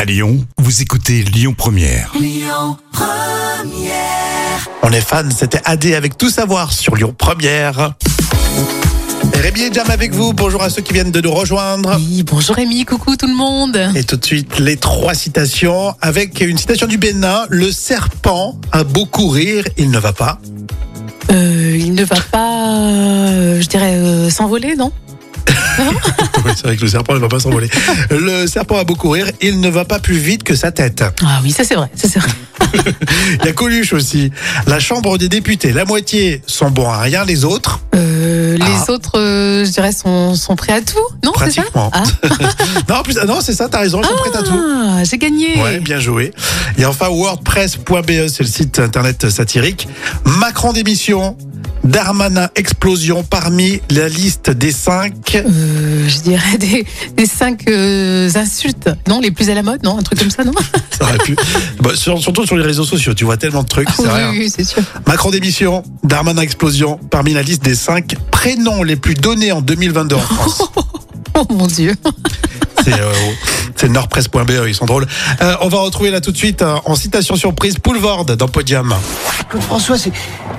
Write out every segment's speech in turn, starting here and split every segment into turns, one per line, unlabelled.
À Lyon, vous écoutez Lyon Première.
On est fan, c'était AD avec tout savoir sur Lyon Première. Rémi et Jam avec vous, bonjour à ceux qui viennent de nous rejoindre.
Oui, bonjour Rémi, coucou tout le monde.
Et tout de suite, les trois citations avec une citation du Bénin. Le serpent a beau courir, il ne va pas.
Euh, il ne va pas, euh, je dirais, euh, s'envoler, non
Oui, c'est vrai que le serpent ne va pas s'envoler. Le serpent a beau courir, il ne va pas plus vite que sa tête.
Ah oui, ça c'est vrai, ça c'est vrai.
Il y a Coluche aussi. La chambre des députés, la moitié sont bons à rien, les autres,
Euh,
Ah.
Les autres, euh, je dirais, sont, sont prêts à tout, non C'est ça
pratiquement.
Ah.
non, en plus, ah non, c'est ça, t'as raison, ils sont prêts à tout.
Ah, j'ai gagné.
Ouais, bien joué. Et enfin, wordpress.be, c'est le site internet satirique. Macron démission, Darmanin explosion parmi la liste des cinq.
Euh, je dirais des, des cinq euh, insultes, non Les plus à la mode, non Un truc comme ça, non
Ça aurait pu. Bah, sur- surtout sur les réseaux sociaux, tu vois tellement de trucs, c'est vrai.
Oui,
hein.
oui, c'est sûr.
Macron démission, Darmanin explosion parmi la liste des cinq prénoms les plus donnés en 2022 en France.
Oh mon Dieu.
C'est euh, c'est nordpresse.be, ils sont drôles. Euh, on va retrouver là tout de suite euh, en citation surprise Poulvord dans Podium.
Claude François, c'est,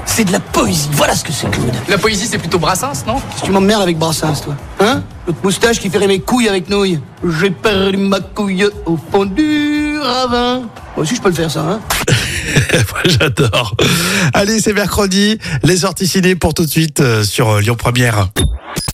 c'est de la poésie. Voilà ce que c'est, Claude.
La poésie, c'est plutôt Brassens, non
Qu'est-ce que tu m'emmerdes avec Brassens, toi Hein L'autre moustache qui ferait mes couilles avec nouilles. J'ai perdu ma couille au fond du ravin. Moi aussi, je peux le faire, ça, hein
Moi, J'adore. Allez, c'est mercredi. Les sorties ciné pour tout de suite euh, sur euh, Lyon Première.